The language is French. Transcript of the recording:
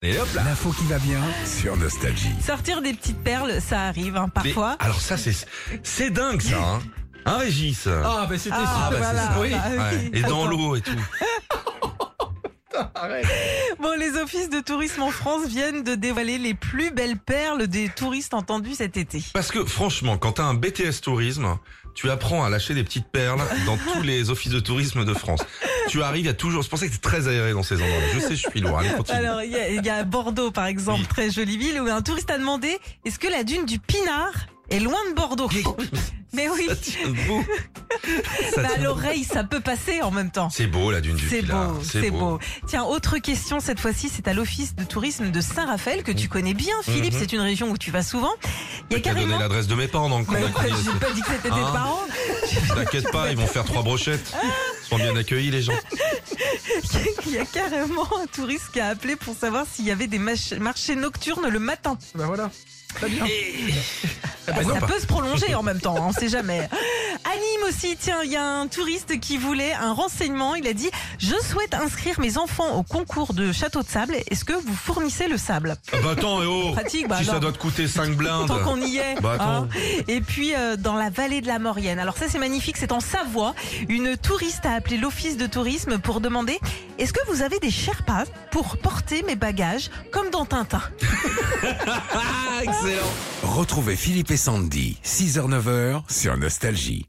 Allez hop là. L'info qui va bien. Sur Nostalgie. Sortir des petites perles, ça arrive hein, Mais- parfois. alors ça c'est c'est dingue ça. Hein, Hein, Régis. Ah, ben c'était sûr. bah, Ah, c'est voilà. ça. Oui. Ah, oui. Ouais, Et dans l'eau et tout. Bon, les offices de tourisme en France viennent de dévoiler les plus belles perles des touristes entendus cet été. Parce que franchement, quand t'as un BTS tourisme, tu apprends à lâcher des petites perles dans tous les offices de tourisme de France. Tu arrives, il y a toujours. C'est pour ça que c'est très aéré dans ces endroits. Je sais, je suis loin. Allez, continue. Alors, il y, a- il y a Bordeaux, par exemple, Oui. très jolie ville, où un touriste a demandé est-ce que la dune du Pinard est loin de Bordeaux Mais oui, ça tient debout. Ça bah, à tient debout. l'oreille, ça peut passer en même temps. C'est beau la dune du C'est Pilat. beau, c'est beau. Tiens, autre question cette fois-ci, c'est à l'office de tourisme de Saint-Raphaël que tu connais bien, Philippe. Mhm. C'est une région où tu vas souvent. Il y a T'as Bah, donné carrément. Bah, l'adresse de mes parents, donc. on Mais a moi, connu- j'ai pas dit que c'était tes Bah, Hein parents. T'inquiète pas, ils vont faire trois brochettes. Ils sont bien accueillis les gens. Il y a carrément un touriste qui a appelé pour savoir s'il y avait des mach- marchés nocturnes le matin. Ben voilà. Très bien. Ah, pourquoi ça pas peut se prolonger en même temps, hein, on sait jamais. À Nîmes aussi, tiens, il y a un touriste qui voulait un renseignement. Il a dit Je souhaite inscrire mes enfants au concours de château de sable. Est-ce que vous fournissez le sable Ah bah attends, eh oh Pratique, bah Si ça alors. doit te coûter 5 blindes. Tant qu'on y est. Hein Bah attends. Et puis euh, dans la vallée de la Maurienne. Alors ça c'est magnifique, c'est en Savoie. Une touriste a appelé l'office de tourisme pour demander est-ce que vous avez des Sherpas pour porter mes bagages comme dans Tintin Ah, excellent Retrouvez Philippe et Sandy, 6h-9h sur Nostalgie.